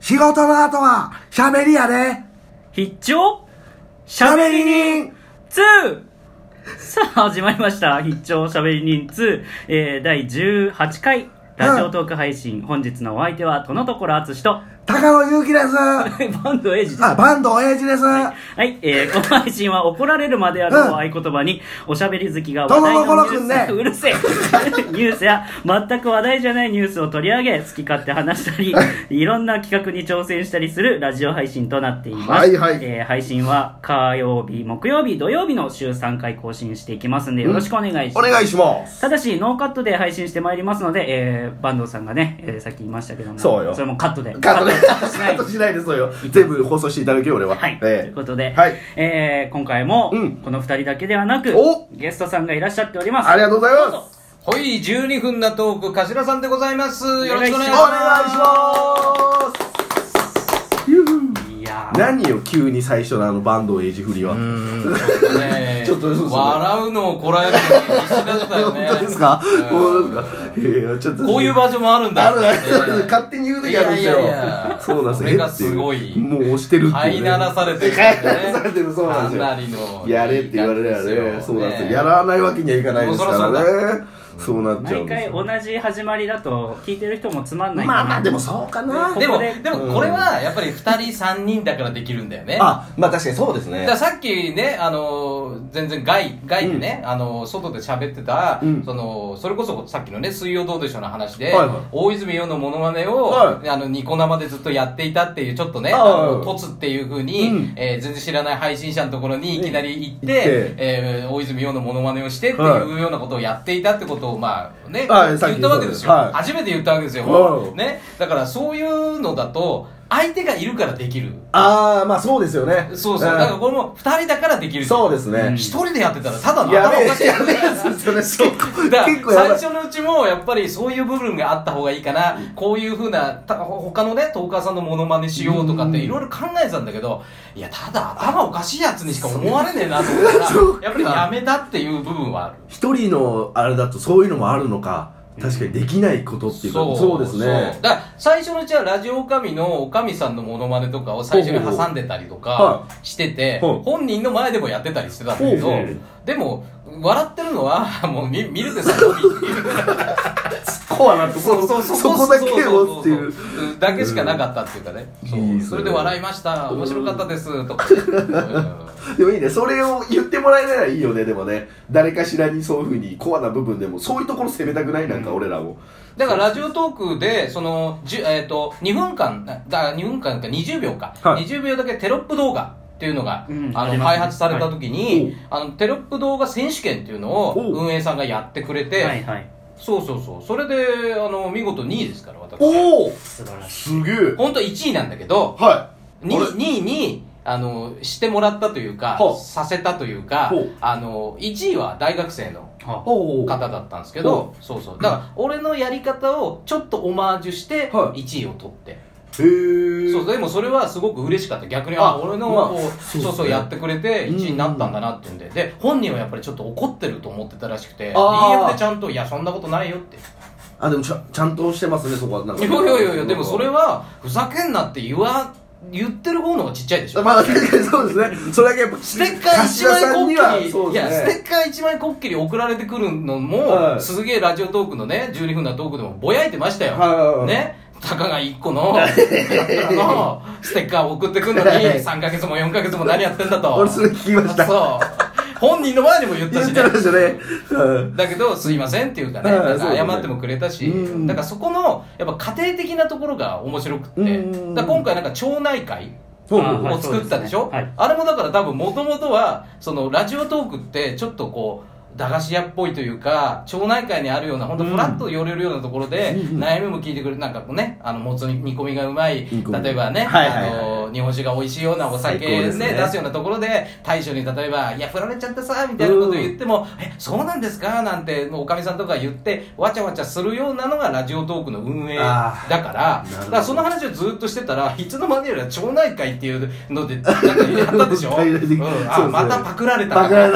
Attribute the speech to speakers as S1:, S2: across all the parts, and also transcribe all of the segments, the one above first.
S1: 仕事の後は、喋りやで。
S2: 必聴しゃ
S1: 喋
S2: べ
S1: り
S2: り人
S1: 人
S2: 2! さあ、始まりました。必聴しゃべり人2、えー、第18回、ラジオトーク配信。本日のお相手は、とのところあつし と、
S1: 高野祐樹です。あ、
S2: バンドエイジです。
S1: バンド英二です。
S2: はい、え ー、この配信は怒られるまである
S1: うん
S2: 合言葉に、おしゃべり好きが話題
S1: どうも
S2: の
S1: 心
S2: ニュ
S1: く
S2: ー
S1: ん
S2: ス、
S1: ね
S2: うるせえニュースや、全く話題じゃないニュースを取り上げ、好き勝手話したり、いろんな企画に挑戦したりするラジオ配信となっています。
S1: はいはい
S2: えー配信は火曜日、木曜日、土曜日の週3回更新していきますんで、よろしくお願いします。
S1: お願いします。
S2: ただし、ノーカットで配信してまいりますので、えー、バンドさんがね、えーさっき言いましたけども、
S1: そうよ
S2: れもカットで。
S1: カットね。
S2: カットし
S1: カ
S2: ない
S1: ットしないですよ。全部放送していただけよ、俺は。
S2: はい、とい
S1: え
S2: うことで、
S1: はい
S2: えー今回も、
S1: うん
S2: この2人だけではなく
S1: お
S2: ゲストさんがいらっしゃっております
S1: ありがとうございます
S2: どぞ
S3: はい、12分なトーク、頭さんでございます。よろしくお願い
S1: え
S3: し
S1: お
S3: ま
S1: 願いします。
S2: いやー
S1: 何よ、急に最初のあの、バンド英二振りは。
S3: す。ねえ
S1: ちょっと嘘嘘
S3: 笑うのをこらえるのが必死だったよね。
S1: 本当ですか
S3: うん
S1: 本当ですかいやちょっと。
S3: こういうバージョンもあるんだ
S1: あるある、勝手に言うときあるんですよ
S3: いやいやいや
S1: そうなんですよ
S3: これがすごい
S1: えってうもう押してるって
S3: 飼
S1: い
S3: いう
S1: ね
S3: ならされてるんだ
S1: 飼
S3: よね
S1: いならされてるそうなんですよ
S3: かなりの
S1: やれって言われるゃねそうなんですよやらないわけにはいかないですからねそうなっちゃう
S2: 毎
S1: んです
S2: 回
S1: よ
S2: 同じ始まりだと聞いてる人もつまんないか
S1: まあ
S2: な
S1: まあでもそうかな
S3: でも、
S2: ここで
S3: でもこれはやっぱり2人、3人だからできるんだよね。
S1: あまあ確かにそうです
S3: だ
S1: ね
S3: からさっきね、あのー全然外外でね、あのー外で喋ってた、
S1: うん
S3: そのそれこそさっきのね「水曜どうでしょう」の話で、
S1: はいはい
S3: 大泉洋のモノマネを、
S1: はい
S3: あのニコ生でずっとやっていたっていうちょっとね「
S1: あ
S3: あ
S1: はいはい
S3: のトツ」っていうふうに、
S1: うん
S3: えー全然知らない配信者のところにいきなり行って,、
S1: 行って
S3: えー大泉洋のモノマネをしてって
S1: はい
S3: いうようなことをやっていたってことをまあね、
S1: はいさっき
S3: 言ったわけですよ、
S1: はい
S3: 初めて言ったわけですよ、
S1: はい
S3: ね、だからそういうのだと相手がいるからできる。
S1: ああまあそうですよね
S3: そうそう。だからこれも二人だからできる。
S1: そうですね
S3: 一人でやってたらただの
S1: や
S3: 頭
S1: べ
S3: お
S1: え
S3: かしい。
S1: やべえやつですよねそう
S3: だ
S1: 結
S3: か
S1: 構やば
S3: ら
S1: い
S3: 最初のうちもやっぱりそういう部分があった方がいいかな、こういうふうなた他のねトーカーさんのモノマネしようとかっていろいろ考えてたんだけどいやただ頭おかしいやつにしか思われねえなと思った
S1: そう
S3: らやっぱりやめたっていう部分はある
S1: 一人のあれだとそういうのもあるのか確かにできないことっていうかそうですね
S3: そうだから最初のうちはラジオおかみのおかみさんのモノマネとかを最初に挟んでたりと
S1: ほうほう
S3: かしてて、
S1: はい
S3: 本人の前でもやってたりしてたんだけど、
S1: ほうほう
S3: でも笑ってるのはもう見見るでさえ
S1: コアなところ
S3: そう
S1: そこだけをっていう
S3: そうそうそうだけしかなかったっていうかね、そう
S1: いいですね
S3: それで笑いました面白かったで すとか、うん
S1: でもいいね、それを言ってもらえたらいいよね、でもね、誰かしらにそういうふうにコアな部分でも、そういうところ攻めたくない、なんか俺らも。
S3: だからラジオトークで、その、じゅえっ、と、2分間、だだ2分間か20秒か、
S1: はい
S3: 20秒だけテロップ動画。っていうのが、
S2: うん
S3: あ
S2: あり
S3: の、
S2: ますね
S3: 開発された時に、あの、テロップ動画選手権っていうのを
S1: おう
S3: 運営さんがやってくれて、
S2: はいはい
S3: そうそうそう。それで、あの、見事2位ですから、私。
S1: おお
S2: 素晴らしい
S1: すげえ
S3: 本当1位なんだけど、
S1: は
S3: 2,
S1: あれ
S3: 位に、あの、してもらったというか
S1: ほう、
S3: させたというか
S1: ほう、
S3: あの、1位は大学生の
S2: あ
S1: おお
S3: 方だったんですけど、そうそう。だから、俺のやり方をちょっとオマージュして、
S1: はい
S3: 1位を取って。
S1: へえ
S3: そうでもそれはすごく嬉しかった逆に
S1: あ
S3: あ俺の
S1: まあ
S3: こう、
S1: そ
S3: そうう
S1: ですね
S3: そうやってくれて1位になったんだなっていうんで、で本人はやっぱりちょっと怒ってると思ってたらしくて
S1: あー
S3: DM でちゃんと「いやそんなことない よ」って「
S1: あ、でもちゃちゃんとしてますね、そこは。なんか
S3: いやいやいやいやでもそれ。はふざけんな」って言わ言ってる方の方がちっちゃいでしょ
S1: まあ、確かにそうですね。それだけやっぱ、
S3: ステッカー1枚こっきり、
S1: そう
S3: い
S1: です
S3: や、
S1: ね。
S3: ステッカー1枚こっきり送られてくるのも、
S1: はい
S3: すげえラジオトークのね、12分なトークでもぼやいてましたよ。
S1: はいはいはい
S3: ね。たかが1個の、あのステッカーを送ってくるのに、
S1: はい
S3: 3ヶ月も4ヶ月も何やってんだと。
S1: 俺それ聞きました
S3: そう。本人の前でも言った
S1: 言っ
S3: してね
S1: ま。したね。うん
S3: だけど、すいませんっていうかね、
S1: はい
S3: なん
S1: そう
S3: か
S1: ですね
S3: 謝ってもくれたし
S1: うん、
S3: だからそこの、やっぱ家庭的なところが面白くって、
S1: うん
S3: だから今回なんか町内会、
S1: ほう
S2: あ
S1: ほうほ
S2: は
S1: う
S2: い
S3: を作ったでしょ、
S2: はい
S3: あれもだから多分もともとはそのラジオトークってちょっとこう駄菓子屋っぽいというか町内会にあるようなほんとフラッと寄れるようなところで、
S1: うんうん
S3: 悩みも聞いてくれるなんかこうねあのもつ煮込みがうまい
S1: 煮込み
S3: 例えばね、
S1: はいはいはい
S3: あの日本酒が美味しいようなお
S1: 最
S3: 酒、
S1: 高
S3: ね
S1: ですね
S3: 出すようなところで大将に例えば「いや振られちゃってさ」みたいなこと言っても「えそうなんですか?」なんておかみさんとか言ってわちゃわちゃするようなのがラジオトークの運営だ
S1: あー
S3: から
S1: なるほど
S3: だからその話をずっとしてたらいつの間にやら町内会っていうのでなんかやったでしょ、
S1: 大々的
S3: う
S1: そうで
S3: ん
S1: す
S3: あ
S1: ね
S3: またパクられた
S1: バカだ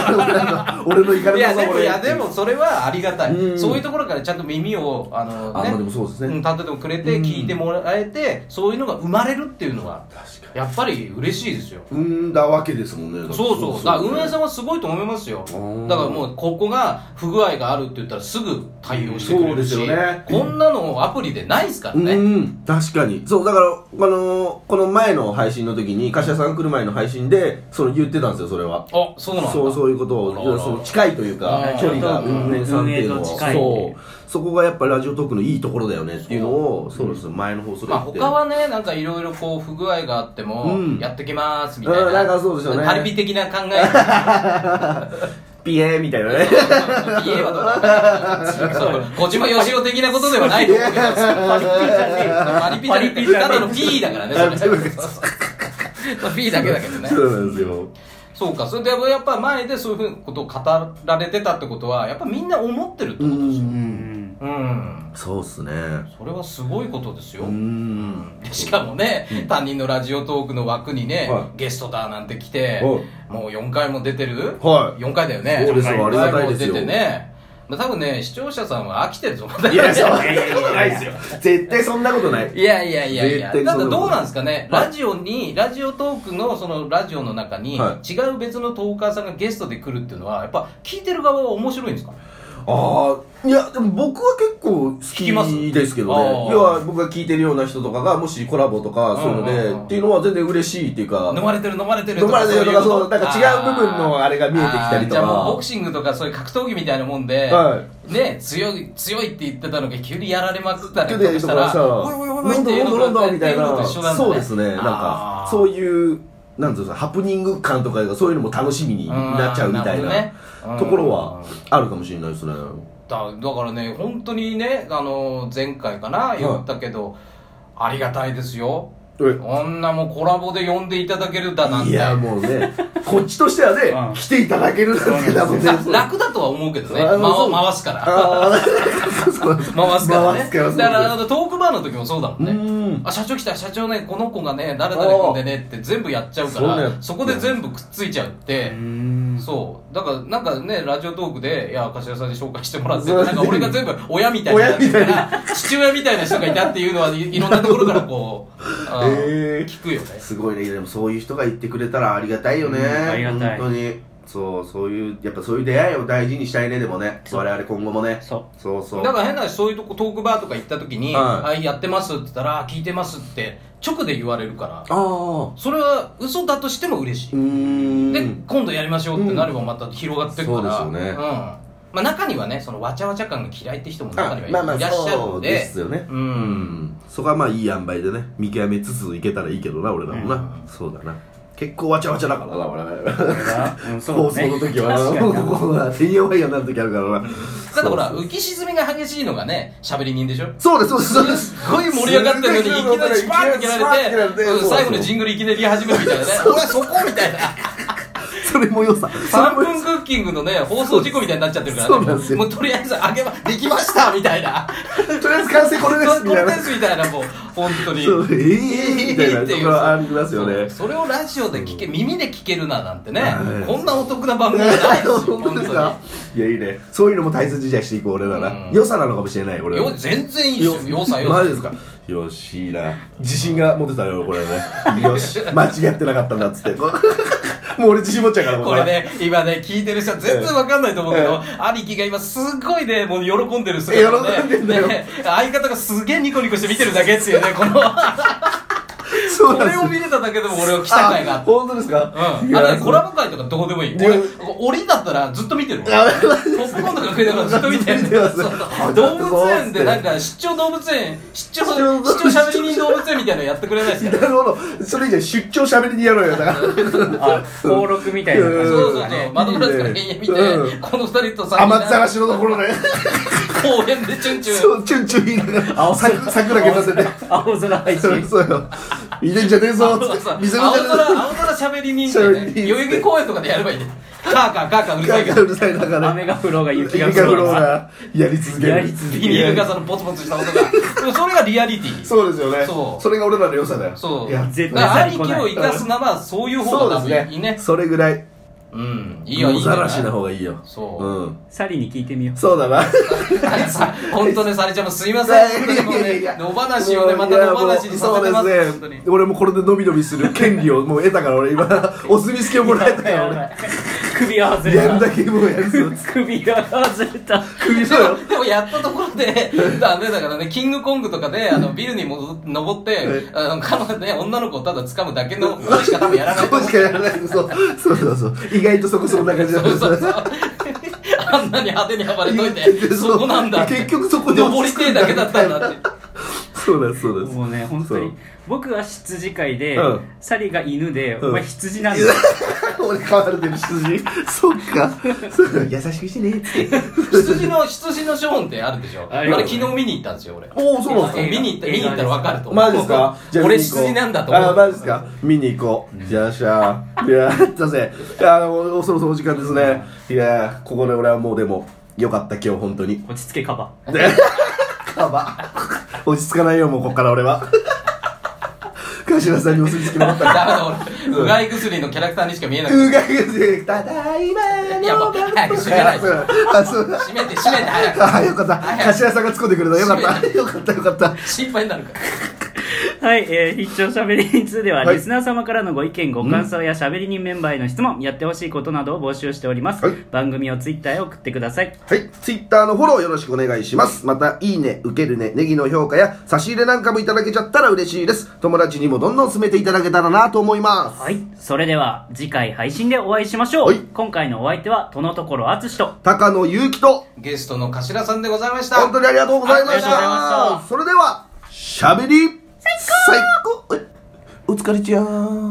S1: な、俺の行かれ
S3: い
S1: た
S3: やでも
S1: 俺
S3: いやでもそれはありがた
S1: う
S3: い
S1: ん
S3: そういうところからちゃんと耳をあの
S1: あまあで
S3: ね
S1: もそうです
S3: う
S1: ね、
S3: ん立ててもくれて
S1: うん
S3: 聞いてもらえてそういうのが生まれるっていうのは
S1: 確かに
S3: やっぱり嬉しいですよ
S1: 産んだわけですもんねだって
S3: そうそうだから運営さん
S1: ん
S3: はすごいと思いますよ
S1: ー
S3: だからもうここが不具合があるって言ったらすぐ対応してくれるし、
S1: そうですよね
S3: こんなのアプリでないですからね、
S1: うん確かにそうだからあのーこの前の配信の時に柏さん来る前の配信でその言ってたんですよそれは
S3: あそうなんだ
S1: そうそういうことを
S3: あらあら
S1: その近いという
S3: あ
S1: か
S3: ー
S1: 距離が運営さんっていうのは
S2: 運営と近い
S1: そうそこがやっぱラジオトークのいいところだよねっていうのをそうです前の放送で
S3: まあ
S1: 言って
S3: 他はねなんかいろいろこう不具合があっても
S1: うん
S3: やってきますみたいな、
S1: うんなんかそうですよね
S3: パリピ的な考 え
S1: ピエーみたいなね
S3: 言えばどうだそう小島よしお的なことではないと思うけど
S2: パリピじゃねえよ
S3: パリピ
S2: パリピ
S3: じ
S2: じゃ
S3: ゃな
S2: ないい
S3: ただの P だ からねそれ
S1: そうです
S3: そう P だけだけど ね
S1: そうなんですよ
S3: そうかそれでやっぱ前でそういうふうなことを語られてたってことはやっぱみんな思ってるっ
S1: う
S3: てこと
S1: んう
S3: ですよ
S1: ん
S3: うん
S1: そうっすね
S3: それはすごいことですよ、
S1: うん
S3: しかもね、他人のラジオトークの枠にね、
S1: は
S3: ゲストだなんて来て、
S1: は
S3: もう4回も出てる、
S1: はい
S3: 4回だよね
S1: そうです
S2: よ
S1: ありがたいですよ
S3: 4回も出てねまあ多分ね視聴者さんは飽きてると思うんだ
S1: いや、そん
S3: よ
S1: な
S3: ね
S1: ことないですよ。絶対そんなことない。
S3: いやいやいやいや
S1: 絶対
S3: た
S1: そう
S3: だ
S1: だと思
S3: ど
S1: う
S3: うなんですかね、
S1: はい
S3: ラジオにラジオトークのそのラジオの中に、
S1: は
S3: 違う別のトーカーさんがゲストで来るっていうのはやっぱ聞いてる側は面白いんですか
S1: ああ、いや、でも僕は結構好
S3: 聞きます
S1: きですけど
S3: あ
S1: ね
S3: あ。
S1: 要は僕が聞いてるような人とかが、もしコラボとか、そういうの
S3: うん
S1: で
S3: うんうん、
S1: っていうのは全然嬉しいっていうか。
S3: 飲まれてる飲まれてる
S1: 飲まれてるとか
S3: い
S1: そうなんか違う部分のあれが見えてきたりとか
S3: あーじゃあもうボクシングとかそういう格闘技みたいなもんで、
S1: は
S3: ね強い強いって言ってたのが急にやられまくったり
S1: ちょっ
S3: と
S1: とや
S3: か
S1: る
S3: し
S1: と
S3: た
S1: からさ、飲んだ飲んだ飲んだみたい
S3: ってうの
S1: な。
S3: と一緒なんだね
S1: そうですね。なんか、そういう、なんていうんですか、ハプニング感とかがそういうのも楽しみになっちゃうみたい
S3: う
S1: な
S3: んなるほどね
S1: ところはあるかもしれないですね。
S3: だだからね本当にねあの前回かな言ったけど、ありがたいですよこんなもうコラボで呼んでいただけるだなんて
S1: いや、もうね、こっちとしては
S2: うん
S1: ね、来ていただけるなんてだもんね
S3: ら。楽だとは思うけどね
S1: あ
S3: 回
S1: そう
S3: 回すから
S1: あーそうそう
S3: 回すからね
S1: 回すからそう
S3: だからあのトークバーの時もそうだもんね
S1: うん
S3: あ社長来た社長ねこの子がね誰々組んでねって全部やっちゃうから
S1: そうだよ
S3: そこで全部くっついちゃうって、
S2: うん
S3: そうだからなんかねラジオトークで「いや柏さんに紹介してもらって」
S1: そう
S3: なんか俺が全部親みたいな
S1: 親みたい
S3: 父親みたいな人がいたっていうのはいいろんなところからこ う、あー
S1: へー
S3: 聞くよね
S1: すごいねでもそういう人が言ってくれたらありがたいよね、
S2: うんありがたい
S1: 本当にそうそういうやっぱそういう出会いを大事にしたいねでもね
S2: そう
S1: 我々今後もね
S2: そう
S1: そうそう
S3: だから変な話そういうとこトークバーとか行った時に「
S1: はい
S3: あやってます」って言ったらあ「聞いてます」って直で言われるから
S1: ああ
S3: それは嘘だとしても嬉しい、
S1: うーん
S3: で今度やりましょうってなればまた広がってくから、
S1: そうですよね
S3: んまあ、中にはねそのわちゃわちゃ感が嫌いって人も中
S1: あ
S3: にはい
S1: まあまあ
S3: いらっしゃる
S1: そ
S3: の
S1: う
S3: で
S1: ですよね
S3: う
S1: うんんそこはまあいい塩梅でね見極めつついけたらいいけどな俺らもな、そうだな結構わちゃわちゃだからな我々
S2: これがうんそ
S1: 放
S2: う
S1: 送
S2: だね
S1: の時は
S2: 確かにな
S1: なここが専用ワイヤーになる時あるからな
S3: ただほら
S1: そうそう
S3: 浮き沈みが激しいのがね喋り人でしょ
S1: そうです、そうです、そうですす。
S3: ごい盛り上がってるのにいきなりスパーンって切られてうん最後のジングルいきなり始めるみたいなね俺そこ みたいな
S1: それも良さ。
S3: 3分クッキングのね放送事故みたいになっちゃってるから
S1: そうなんです
S3: ね
S1: よ
S3: もうとりあえずあげばできましたみたいな
S1: とりあえず完成これです、
S3: こ
S1: みた
S3: れ
S1: い
S3: で
S1: な。
S3: すみたいなもう本当に
S1: そう、ええみたいな
S3: って
S1: と
S3: い
S1: ころ
S3: う
S1: はありますよね。
S3: それをラジオで聞け耳で聞けるななんてね
S1: はい
S3: こんなお得な番組ないですよ
S1: 本当ですか
S3: 本
S1: いや、いいね。そういうのも大切にしていこう、俺な
S3: う
S1: ら
S3: ん。
S1: 良さなのかもしれない、
S3: 当
S1: 俺
S3: に
S1: は
S3: よ全然いいですよ良さ良
S1: マ
S3: さ
S1: ジですか。よしいな。自信が持てたよ、これね。よし、間違ってなかったんだ、つって。 こうもう俺自信持っちゃうから、
S3: これ。ね、今ね、聞いてる人は全然わかんないと思うけど、兄貴が今すごいね、もう喜んでる姿をね、
S1: 喜んでんだよ
S3: ね相方がすげえニコニコして見てるだけっていうね、この、
S1: そ
S3: こ
S1: うなんで
S3: れ
S1: す
S3: を見れただけでも俺は来た甲斐があ
S1: あ
S3: って。
S1: 本当ですか
S3: うん、あれねコラボ会とかどうでもいい俺檻だったらずっと見てるもんポ
S1: あ
S3: ップコーンとか食いながらずっと見てる
S1: ずっと見てます
S3: そう動物園でなんか出張動物園出張出張しゃべり人動物園みたいなのやってくれないですか
S1: なるほど。それ以上出張しゃべりにやろうよ、だから。
S2: あ登録みたいな感
S1: う
S2: じ
S1: ん
S3: そうそうそう
S1: ね
S3: 窓ガラスから延々見て、
S1: うん
S3: この二人とさ
S1: 甘っざらしのところね。
S3: 公園でチュンチュン
S1: そう、チュンチュン言いながら、桜桜消させて。
S2: 青空配
S1: そう
S2: 信
S1: そうよ。見てんじゃねえぞ、
S3: そう
S1: つ
S3: そう
S1: っ
S3: 青
S1: て。見せ物じゃ
S3: 空
S1: ね
S3: 青空しゃべり人って
S1: 喋り人
S3: ね代々木公園とかでやればいいねカーカーカーカーう
S1: えぞ。ガン
S3: るさいけ
S1: ガン
S3: ど
S1: うるさい中ね。
S2: 雨が降ろうが
S1: 雪
S2: 雪が
S1: が
S2: 降
S1: 降
S2: ろう
S1: ろう
S2: が
S1: が、やり続ける。
S2: やり続け
S3: ビニール傘のポツポツした音がでもそれがリアリティ
S1: そうですよね。
S3: そう
S1: それが俺らの良さだよ。
S3: そう
S1: いや
S2: 絶
S3: だから
S2: 対
S3: 兄貴を生かすならそういう方
S1: そ
S3: が
S1: う
S3: 多
S1: で
S3: 分
S1: す
S3: いい
S1: ね。
S3: ね
S1: それぐらい。
S3: うんいいよいい
S1: 野
S3: んじ
S1: ざ
S3: ゃな
S1: ら
S3: い
S1: しな方がいいよ
S3: そう
S1: うん
S2: サリーに聞いてみよう
S1: そうだな
S3: あれさ本当ねされちゃんもすいませ
S1: いや
S3: ん
S1: いやいやいや
S3: 野放しをねまた野放しにさせてます
S1: いやもう
S3: 本
S1: そ
S3: 当
S1: う
S3: に
S1: ですね俺もこれで伸び伸びする権利をもう得たから俺今お墨付きをもらえたか
S2: やば
S1: ら
S2: い 首を外
S1: 俺
S2: れ
S1: やんだ
S2: た
S1: けもうやるぞ
S2: 首を外れた
S1: 首だ
S3: で
S1: よ
S3: もでもやったところで、 ダメだからね、キングコングとかで、あの、ビルにも登って、あの、彼女ね、女の子をただ掴むだけのことしか多分やらないと
S1: ここ
S3: 思う
S1: しかやらないそうそうそうそう意外とそこそこな感じだ
S3: そうそうそう。 あんなに派手に暴れといて、そこなんだって。
S1: 結局そこで
S3: 登りてえだけだったんだって。
S1: そうだそうだ
S2: もうね本
S1: そ
S2: 当
S1: う
S2: に僕は羊飼いで、
S1: うん
S2: サリーが犬で、
S1: ん
S2: お前羊なんだよ
S1: 俺飼われてる羊そっかそうだ優しくしてねっつって
S3: 羊の、羊のショーンってあるでしょ。
S2: あ
S3: あ
S2: る
S3: れ
S2: よ
S3: 昨日見に行ったんですよ、俺。
S1: おおそうなんです
S3: 見に行った、見に行ったら分かると
S1: か
S3: 思う。
S1: マジですかじゃあ
S3: 俺
S1: 見に行こう
S3: 羊なんだと思う。
S1: あマジです か見に行こうじゃあよっしゃいやだぜいやおそろそろお時間ですねいやここで俺はもうでもよかった今日本当に
S2: 落ち着けカバ
S1: でカバ落ち着かないよもうこっから俺は柏さんにお墨付きもらった
S3: だ
S1: か
S3: からら俺、うがい薬のキャラクターにしか見えなくて。
S1: うがくただいまの
S3: いやもう早く閉めないと
S1: あそうだ
S3: 閉めて、閉めて、早く。
S1: あよかった
S3: 早く
S1: 柏さんが突っ込んでくれたよかっ
S3: 閉
S1: たよかったよかった
S3: 心配になるから。
S2: はい、えー、必聴しゃべり人2では、
S1: はい
S2: リスナー様からのご意見、ご感想やしゃべり人メンバーへの質問、やってほしいことなどを募集しております。
S1: はい
S2: 番組をツイッターへ送ってください。
S1: はい、ツイッターのフォローよろしくお願いします。また、いいね、受けるね、ネギの評価や差し入れなんかもいただけちゃったら嬉しいです。友達にもどんどん進めていただけたらなと思います。
S2: はい、それでは次回配信でお会いしましょう。
S1: はい
S2: 今回のお相手は、とのところあつしと、
S1: 高野祐希と、
S3: ゲストの頭さんでございました。
S1: 本当にありがとうございまし
S2: ありがとうございま
S1: た。それでは、しゃべり、最高最高えお疲れちゃーん。